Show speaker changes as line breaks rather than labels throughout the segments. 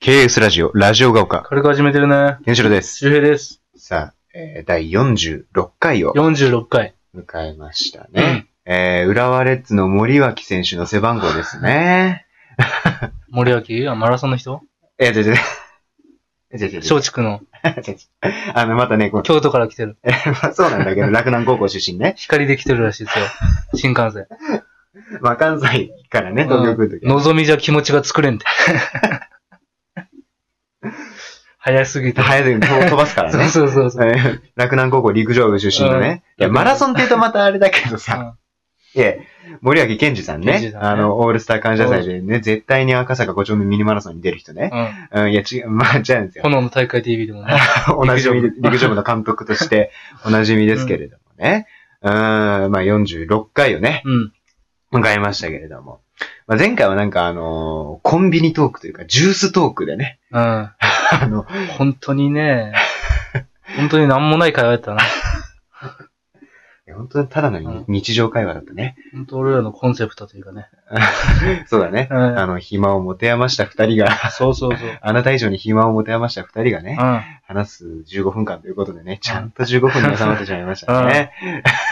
KS ラジオ、ラジオが丘、
軽く始めてるね。
ケンシロウです。
周平です。
さあ、えー第46回を
46回。
迎えましたね。えー、浦和レッズの森脇選手の背番号ですね。
森脇あ、マラソンの人
えー、じゃじゃじゃじゃじゃ
松竹の
あの、またね、こう、
京都から来てる。
まあそうなんだ けど、洛南高校出身ね。
光で来てるらし いですよ。新幹線。
まあ、関西からね、東京来るとき。
望みじゃ気持ちが作れんって。 早すぎて。
早い時に飛ばすから
そう
ね。
そうそうそ う。
えー洛南高校陸上部出身のね。
うん
いや、マラソンって言うとまたあれだけど
う
さ、
ん
いや、森脇健児さん
健二
ね。
さんね
あの、オールスター感謝祭でね、絶対に赤坂5丁目ミニマラソンに出る人ね。
うん
うん、いや、違う、 まあ、違うんですよ。
炎の大会 TV でもね。
おなじみで、
陸上部
陸上部の監督と して、おなじみですけれどもね。うん、まあ46回をね、
うん。
迎えましたけれども。まあ、前回はなんかあのーコンビニトークというか、ジューストークでね、
うん。
あの、
本当にね、本当に何もない会話やったな。
本当にただのに日常会話だった ね。
本当俺らのコンセプトというかね。
そうだね。
うん
あの、暇を持て余した二人が、
そうそ うそう。
あなた以上に暇を持て余した二人がね、
うん。
話す15分間ということでね、ちゃんと15分に収まってしまいましたね。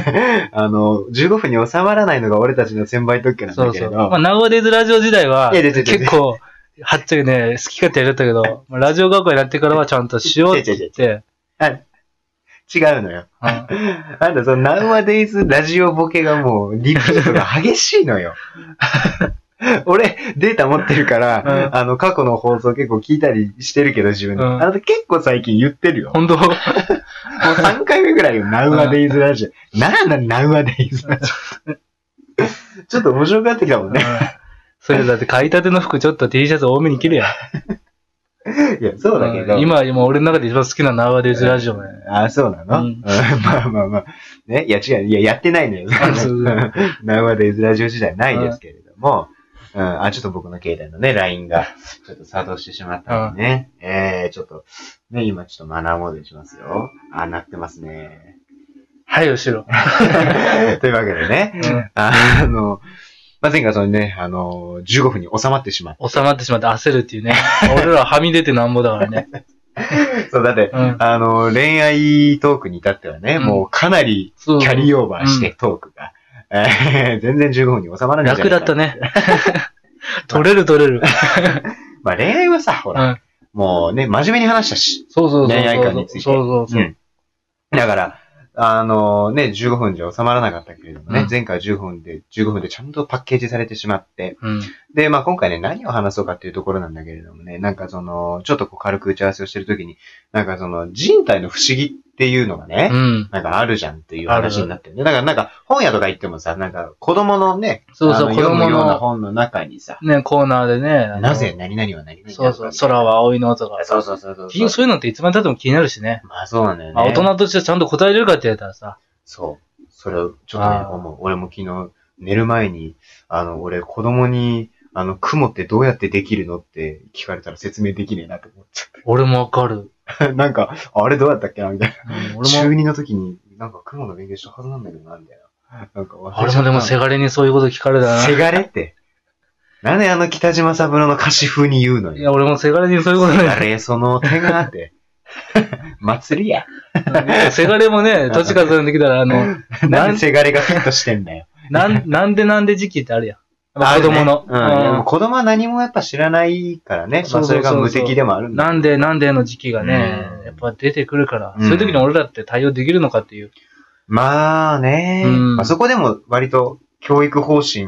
あの、15分に収まらないのが俺たちの先輩特許なん
そ
だ
う
け
そ
れ
う。ま
ど
あ、、ナウデイズラジオ時代はい
やいやいやいや
結構、はっちゃけね、好き勝手やりよったけど、まあラジオ学校になってからはちゃんとしようって言って、
違うのよ。
うん
あんた、その、nowadays ラジオボケがもう、リピートが激しいのよ。 俺、データ持ってるから、
うん
あの、過去の放送結構聞いたりしてるけど、自分で。
うん
あなた結構最近言ってるよ。も
本当
う3回目ぐらいよ、nowadays ラジオ。なんだ、nowadays ラジオ。 ちょっと面白くなってきたもんね。
それだって買いたての服ちょっと T シャツ多めに着るやん。
いや、そうだけど。
ん今、今俺の中で一番好きなナウデイズラジオね。
あ、そうなの、
うん
うん まあまあまあ。ね、いや違う、いや、やってないのよ。
あそうそう
Nowadays ラジオ時代ないですけれども、うん、あ、ちょっと僕の携帯のね、LINE が、ちょっと作動してしまったのでね、えー、ちょっと、ね、今ちょっとマナーモードにしますよ。あ、なってます ね。
はい、後ろ。
というわけでね、
うん
あの、まあ、前回そのね、あの、15分に収まってしまっ
収まってしまって焦るって いうね。俺らはみ出てなんぼだからね。
て。そう、だって、
うん。
あの、恋愛トークに至ってはね、
うん
もうかなり
そう
キャリーオーバーして、
う
トークが。えー 全然15分に収まらないじゃ
楽
な
だ
い
った ね。取れる取れる。
まあ恋愛はさ、ほ
う
ら、
ん。
もうね、真面目に話したし。
そうそうそうそう。
恋愛観について
そうそうそう。
んだから、あのね、15分じゃ収まらなかったけれどもね、
うん
前回15分で、15分でちゃんとパッケージされてしまって、
うん。
で、まあ今回ね、何を話そうかっていうところなんだけれどもね、なんかその、ちょっとこう軽く打ち合わせをしてるときに、なんかその、人体の不思議っていうのがね、
うん。
なんかあるじゃんっていう話になってるね。だからなんか本屋とか行ってもさ、なんか子供のね、
そうそう
あの
子
読
供の
むような本の中にさ、
ね、コーナーでね。あの
なぜ何々は何々だ
そうそう、空は青いのとか。
そうそうそうそう
気にそういうのっていつまで経っても気になるしね。
まあそうなんだよね。
まあ、大人としてちゃんと答えれるかって言われたらさ。
そう。それをちょっとね
あ、ー
思う。俺も昨日寝る前に、あの、俺子供に、あの、雲ってどうやってできるのって聞かれたら説明できねえなと思っち
俺もわかる。
ゃう。 なんか、あれどうやったっけなみたいな。
うん
中
俺も、
2の時に、なんか雲の勉強したはずなんだけどな、みたいな。なんか忘れちゃった
俺もでもせがれにそういうこと聞かれたな。
せ
い
がれって。なんであの北島三郎の歌詞風に言うの
や、
よ。
俺もせがれにそういうこ と
あ
ね。
れ、その手が あって。祭りや。
せがれもね、年重ねてきたら、あの、
な
なんん
でせがれがフィットしてんだ よ。
なん、なんでなんで時期ってあるやん。子供の。
あるねうんでも
う
子供は何もやっぱ知らないからね。ま
そ
あ
う
そ
そ
れ
うそうそう
が無敵でもあるん
ん
だ。
なんでなんでの時期がね
うん、
やっぱ出てくるから、
うん
そういう時に俺らって対応できるのかっていう。
まあね。
うん
まあそこでも割と教育方針、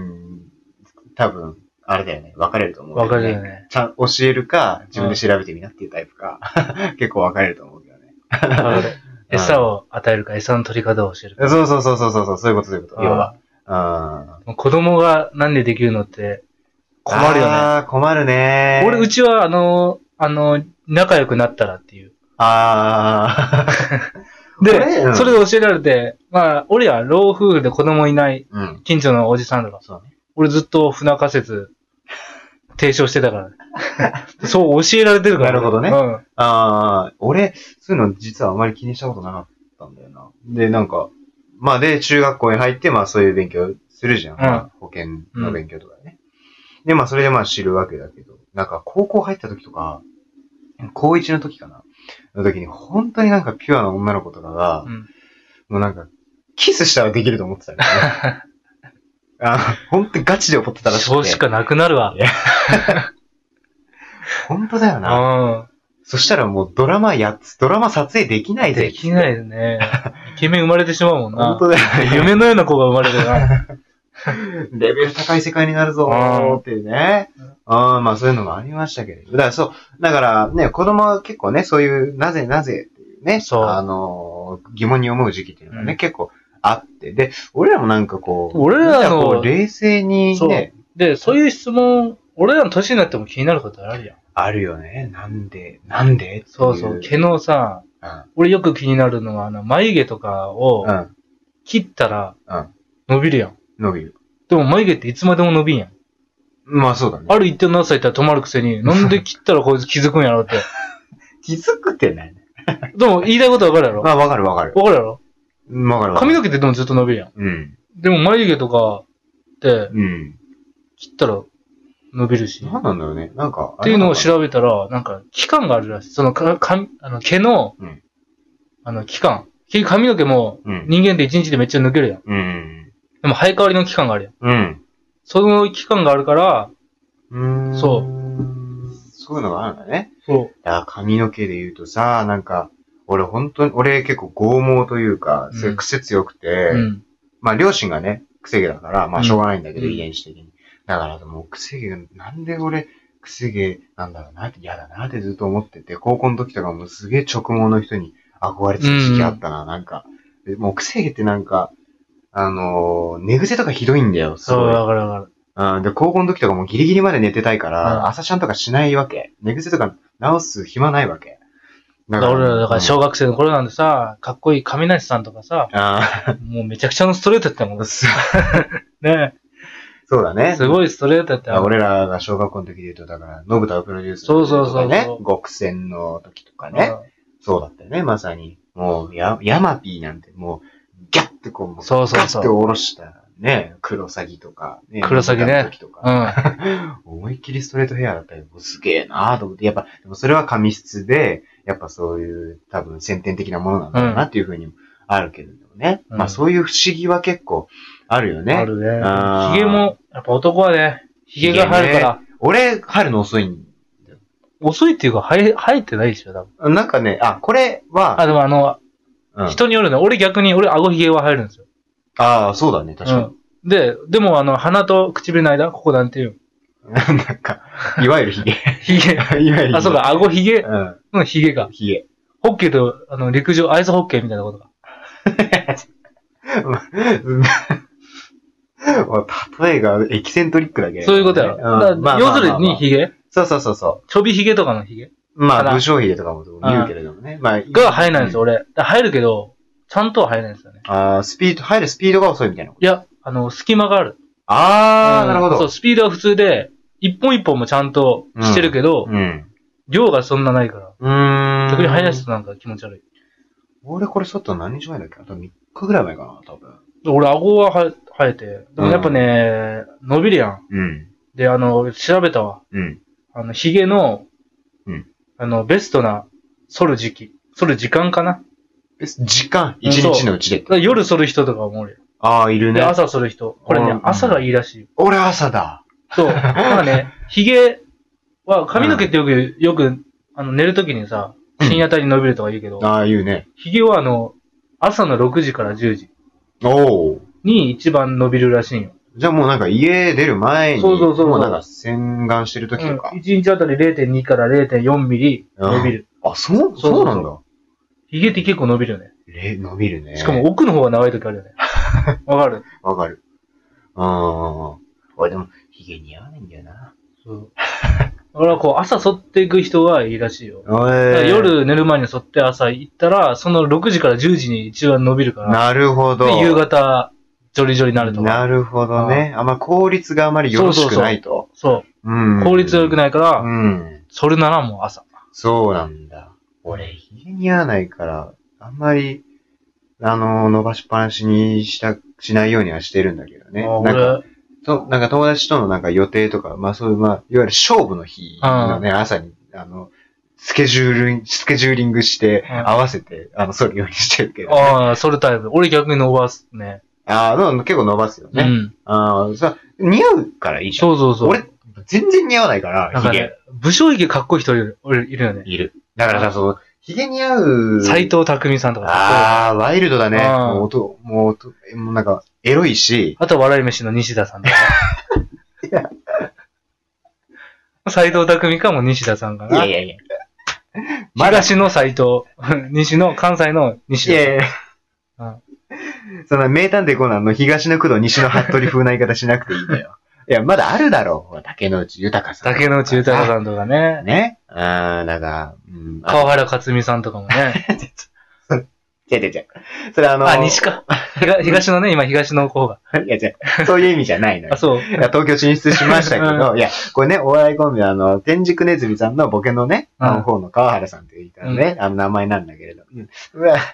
多分、あれだよね。分かれると思う。
わかるよ。ね。
ちゃん、教えるか、自分で調べてみなっていうタイプか。 結構分かれると 思うけどね。
わかる
うん
餌を与えるか、餌の取り方を教えるか。
そうそうそうそうそう、そういうこと、そういうこと。要は。うん。
もう子供がなんでできるのって困るよね。
あー。困るね。
俺、うちは、あの、あの、仲良くなったらっていう。
あー。
で、
うん
それで教えられて、まあ、俺は老夫婦で子供いない
うん。
近所のおじさんとか、
そうね。
俺ずっと不仲説提唱してたか ら、ね。そう教えられてるか
な
ら、
るほどね
うん。
あー、俺、そういうの実はあまり気にしたことなかったんだよな。で、なんか、まあで、中学校に入って、まあそういう勉強するじゃん。
うん
まあ保険の勉強とかね。で、まあそれでまあ知るわけだけど、なんか高校入った時とか、高一の時かなの時に、本当になんかピュアな女の子とかが、
うん。
もうなんか、キスしたらできると思ってたよね。 あの、ほんとガチで怒ってたらし
そう
く。
してかなくなるわ
い。ほんとだよな。
う。
そしたらもうドラマやつ、ドラマ撮影できなんいぜ。
できないです ね。イケメン生まれてしまうも
ほ
ん
ん
な。
とだよ ね。
夢のような子が生まれるな。
レベル高い世界になるぞーっていうね。あーまあそういうのもありましたけれど。だからそう、だからね、子供は結構ね、そういう、なぜなぜっていうね、
そう
あのー、疑問に思う時期っていうのがね、
うん
結構あって。で、俺らもなんかこう、
俺らの
みんなこう冷静に
そう
ね、。
で、そういう質問、俺らの年になっても気になることあるやん。
あるよね。なんで、なんでってい
そうそう。毛のさ、
うん。
俺よく気になるのは、あの、眉毛とかを
うん。
切ったら
うん、
伸びるやん。
伸びる。
でも眉毛っていつまでも伸びんやん。
まあそうだね。
ある一定の長さいったら止まるくせに、なんで切ったらこいつ気づくんやろ って。
気づくってないね。
でも言いたいことはわかるやろ
まあわかるわかる。
わかるやろ
うんわかるわか
髪
る。
の毛ってでもずっと伸びるやん。
うん。
でも眉毛とかって
うん。
切ったら伸びるし。っ
なんなんだろうね。なんか。
ていうのを
ら
調べたら、なんか期間があるらしい。そのか、かあの毛の
うん、
あの期間。結局髪の毛も
うん。
人間って一日でめっちゃ抜けるやん。
うん。
でも生え変わりの期間があるやん。
うん。
その期間があるから、
うん。。
そう
そういうのがあるんだね。
そ
いや、髪の毛で言うとさ、なんか、俺本当に、俺結構剛毛というか、そういう癖強くて、
う。うん。
まあ、両親がね、癖毛だから、まあ、しょうがないんだけど、
うん
遺伝子的に。だから、もう、癖毛が、なんで俺、癖毛なんだろうなって、嫌だなってずっと思ってて、高校の時とかもすげえ直毛の人に憧れてた時期あったな、なんか。でもう、癖毛ってなんか、あのー寝癖とかひどいんだよ、す
そう、
ごい。
わかるわかる。
うん、で、高校の時とかもギリギリまで寝てたいから、
うん
朝シャンとかしないわけ。寝癖とか直す暇ないわけ。だ
だから俺ら、だから
うん
小学生の頃なんでさ、かっこいい亀梨さんとかさ、
あ
もうめちゃくちゃのストレートやったも ん
あ、。す
ね
そうだね。
すごいストレートやった
あ
よ。
俺らが小学校の時で言うと、だから、信太プロデュース
そう
と
そうそうそ
か
う
ね、極戦の時とかね、そうだったよね、まさに。もう、や、ヤマピーなんて、もう、ギャッてこう、も
そうそうそう
ガッて下ろした、ね、黒サギとか、ね、
黒サギね
信太の時と
う
か、
ん。うん。
思いっきりストレートヘアだったよ。もうすげえなーと思って、やっぱ、でもそれは髪質で、やっぱそういう、多分先天的なものなんだろうなっていうふうにもあるけれどもね。
うん
まあそういう不思議は結構あるよね。
あるね
あ。ー
ヒゲも、やっぱ男はね、ヒゲが生えるから、
俺、春の遅いん
遅いっていうか生え、生えてないでしょ、多分。
なんかね、あ、これ
あ、
は、
でもあの、
うん
人によるね。俺逆に、俺顎ヒゲは生えるんですよ。
ああ、そうだね、確か
うん。で、でもあの、鼻と唇の間、ここなんていう
に。 なんか、いわゆるヒゲ。 い
のヒゲ。
わゆるヒゲ
あ、そう。か、顎ヒゲ、
う
うん、ヒゲか
ん、。ヒゲ。
ホッケーと、あの、陸上、アイスホッケーみたいなことか。
うんもう例えがエキセントリックだけどね、
そういうことやろ。
ん
だから
まあ
要する
まあま
に
あ
ヒゲ
そうそうそうそ
ちょびヒゲとかのヒゲ
う。ま
ただ
あ、武将ヒゲとかも言うけれどもね。まあ、
が生えないんですよ、
よ。
俺。だから生えるけど、ちゃんとは生えないんですよね。
ああ、スピード、入るスピードが遅いみたいなこと。
いや、あの、隙間がある。
ああ、
うん
なるほ
そう、
ど。
スピードは普通で、一本一本もちゃんとしてるけど、
うん。
量がそんなないから。
うーん。
逆に生えない人なんか気持ち悪い。
俺これ外何日前だっけあと3日ぐらい前かな、多分。
で俺、顎は生え生えて、でもやっぱね、伸びるやん。
うん。
で、あの、調べたわ。
うん。
あの、ヒゲの、
うん
あの、ベストな、剃る時期。剃る時間かな。
時間、
うん
一日のうちでって
だから夜剃る人とかもおる
ああ、いる
よ。
ね
で、。朝剃る人。これ
う
ね
ん、
朝がいいらしいよ。
俺朝だ。
そう。なんかね、ヒゲは、髪の毛ってよく、よく、あの、寝るときにさ、深夜帯に伸びるとか言うけど、
ああ、言うね。
ヒゲはあの、朝の6時から10時
おお。
に一番伸びるらしいんよ。
じゃあもうなんか家出る前に、
そうそうそうそう
もうなんか洗顔してる
う
時
ん
とか。
1日あたり0.2から0.4ミリ伸びる。
あ、そう
そうそう
そうなんだ。
ヒゲって結構伸びるよね。
え、伸びるね。
しかも、奥の方が長いときあるよ ね。わかる
わかる。うーん。俺でも、ヒゲ似合わないんだよな。
そう。だからこう、朝剃っていく人がいいらしいよ。だから
え
夜寝る前に剃って朝行ったら、その6時から10時に一番伸びるから、
なるほど。
で夕方、ジョリジョリになるとか。
なるほどね。あんま効率があまりよろしくないと。
そ
うん
う。効率が良くないから、
うん。
それならもう朝。
そうなんだ。俺、ヒゲ似合わないから、あんまり、あの、伸ばしっぱなしにした、しないようにはしてるんだけどね。
あ
なんか、
俺、
と、なんか友達とのなんか予定とか、まあそういう、まあ、いわゆる勝負の日のね、朝に、あの、スケジュールに、スケジューリングして、
うん
合わせて、あの、そるようにしてるけど、ね。
ああ、それタイプ。俺逆に伸ばすね。
ああ、でも結構伸ばすよ
う
ね。
ん。
ああ、さ、似合うからいいじゃん。
そうそうそう。
俺、全然似合わないから、
なんか
ヒ
ね
ゲ。、
武将池かっこいい人いる俺いるよね。
いる。だからさ、その、ヒゲ似合う。
斎藤匠さんとかかっこいい
ああ、ワイルドだね。
うん
もう音、もう音、もうなんか、エロいし、
あと笑い飯の西田さんとか
いや。
斎藤匠かも西田さんかな。
やいや。まだ、
東の斎藤。 西の、関西の西
い
田さん。
やいや。その名探偵コナンの東の工藤、西の服部風な言い方しなくていいんだ よ。いや、まだあるだろうほら。竹野内豊さん。
竹野内豊さんとかね。
ね。あー、なんか、うん。あ、
川原克美さんとかもね。
違う違う違う。それあの、
あ、西か。東東のね、今東の方が。
いや違う。そういう意味じゃないのよ
あ、。そう。
いや東京進出しましたけど、いや、これね、お笑いコンビのあの、天竺ネズミさんのボケのね、
うん
あの方の川原さんって言いたね、あの名前なんだけれど。うんうわ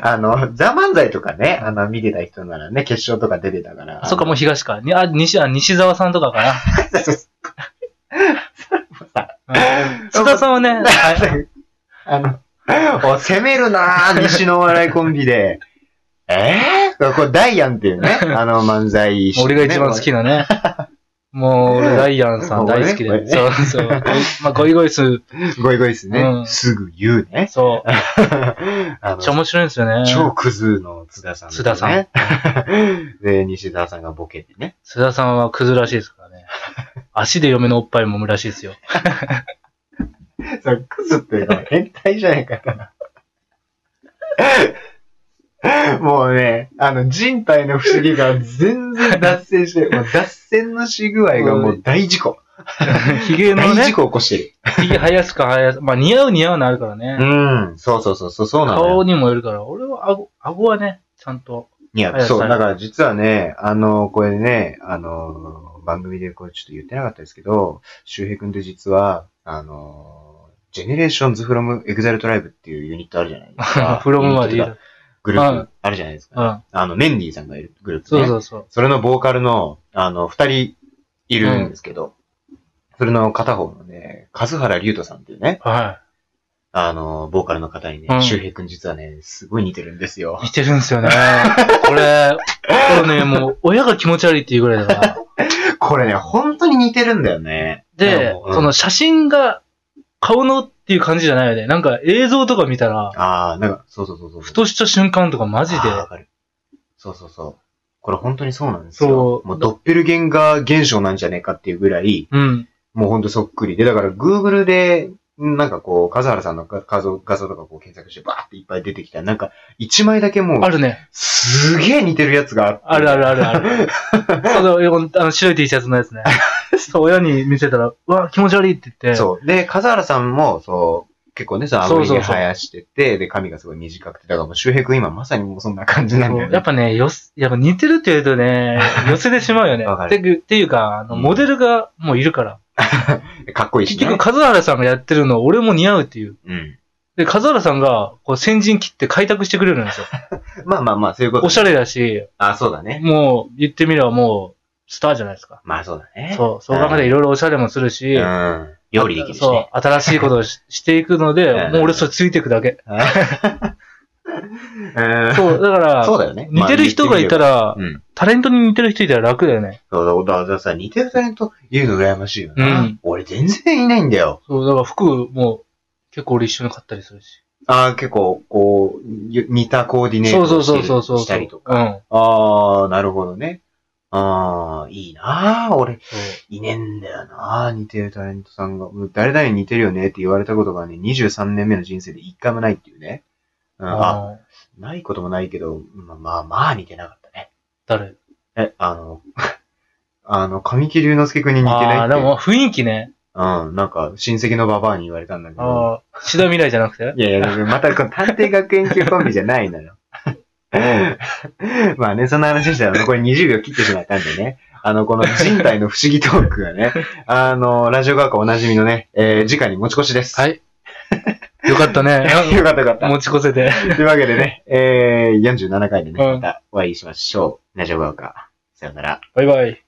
あの、ザ・漫才とかね、あの、見てた人ならね、決勝とか出てたから。
そっか、もう東か。にあ、西、あ、西沢さんと かか
う。そうそう
な。うん。津田さんはね、はい
あの、 お、攻めるな ぁ、西のお笑いコンビで。えぇ、これ、ダイアンっていうね、 あの漫才師、
俺が一番好きなね。もう、俺、ダイアンさん大好き
俺
で。
ね
そうそう。 まあ、ゴイゴイスー、
ゴイゴイですね、
うん
すぐ言うね。
そ
あ
う。め
の
っちゃ面白いんですよね。
超クズの津田さん、ね。
津田さん。
で、西田さんがボケてね。
須田さんはクズらしいですからね。足で嫁のおっぱいもむらしいですよ。
それクズっていうか、変態じゃないかな。 もうね、あの、人体の不思議が全然脱線 して、もう脱線のし具合がもう大事故。
ヒゲの
大事
ね、
故起こしてる。
ヒゲ生やすか生やす。まあ似合う似合うのあるからね。
うん、そうそうそう、そうそうなの
顔
よ。
にもよるから、俺は顎、顎はね、ちゃんと。。
いや、そう、だから実はね、あの、これね、あの、番組でこれちょっと言ってなかったですけど、周平くんって実は、あの、ジェネレーションズフロムエグザイルトライブっていうユニ ットあるじゃないですか
フロムまで
ユ
言
ニッ
う
トとか。グルー
うん
プあるじゃないですか。
うん。
あの、メンディーさんがいるグループ
そう
ね。
そうそう。
それのボーカルの、あの、二人いるんですけど、それの片方のね、カズハラリュウトさんっていうね、
は
あの、ボーカルの方にね、
うん
周平くん実はね、すごい似てるんですよ
い。。似てるんです よね。これ、これね、もう、親が気持ち悪いっていうぐらいだから。
これね、本当に似てるんだよね。
で
うん、
その写真が、顔のっていう感じじゃないよね。なんか映像とか見たら、
ああ、なんか、そうそうそうそう。
ふとした瞬間とかマジで
あー。わかる。そうそうそう。これ本当にそうなんです
そ
よ。
う
もうドッペルゲンガー現象なんじゃねえかっていうぐらい、
うん。
もうほんとそっくりで、だから Google で、なんかこう、笠原さんの画画像画像とかこう検索してバーっていっぱい出てきたら、なんか一枚だけも
あ
う、
るね。
すげえ似てるやつがあって。
あるあ
る。
るある ある。その横のあの白い T シャツのやつね。そう、親に見せたら、うわ、気持ち悪いって言って。
そう。で、笠原さんも、そう、結構ね、そう、あ
そう
の、
そうそう
生やしてて、で、髪がすごい短くて、だからもう周平くん今まさにもうそんな感じなんだ
そ
よ
うや
ね。
っぱね、よす、やっぱ似てるって言う とね、寄せてしまうよね。
わか
っ
る
てくっていうか、あの、
うん
モデルがもういるから。
かっこいいし
結
ね。
局、数原さんがやってるの、俺も似合うっていう。
うん。
で、数原さんが、こう、先陣切って開拓してくれるん ですよ。
まあまあまあ、そういうこと。
おしゃれだし、
あ、そうだね。
もう、言ってみればもう、スターじゃないですか。
まあそうだね。
そう、そう考えたらいろいろおしゃれもするし、
うん。料理できるし
そう
ね。、
新しいことをししていくので、
うん
もう俺それついていく だけ。
うん
そう、だか ら、
そうだよね。
似てる人がいた
ら。
ら、
うん。
タレントに似てる人いたら楽だよね。
そうだ、だからさ、似てるタレント言うの羨ましいよ
う。
なん俺全然いないんだよ。
そう、だから服も結構俺一緒に買ったりするし。
ああ、結構、こう、ゆ似たコーディネー
そ
ト
うそ
をし
う
て
そう
る
そうそう。
したりとか。
うん。
ああ、なるほどね。ああ、いいなあ、俺、
そう。
いねえんだよなあ、似てるタレントさんが。もう誰々に似てるよねって言われたことがね、23年目の人生で一回もないっていうね。うん、あ、
あの
ないこともないけど、まあまあ、まあ似てなかったね。
誰
え、あの、 あの、神木隆之介くんに似てないって
ああー、でも雰囲気ね。
うん、なんか、親戚のババアに言われたんだけど。
ああ、志田未来じゃなくて
いやいや、またこの探偵学園級コンビじゃないのよ。 まあね、そんな話したら、これ20秒切ってしまったんでね。あの、この人体の不思議トークがね、 あの、ラジオ学校おなじみのね、えー、次回に持ち越しです。。
はいい。 よかったね。
よかったよかった。
持ち越せて。
というわけでね、えー、47回でね、
うん
またお会いしましょう。ラジオ学校。さよなら。
バイバイ。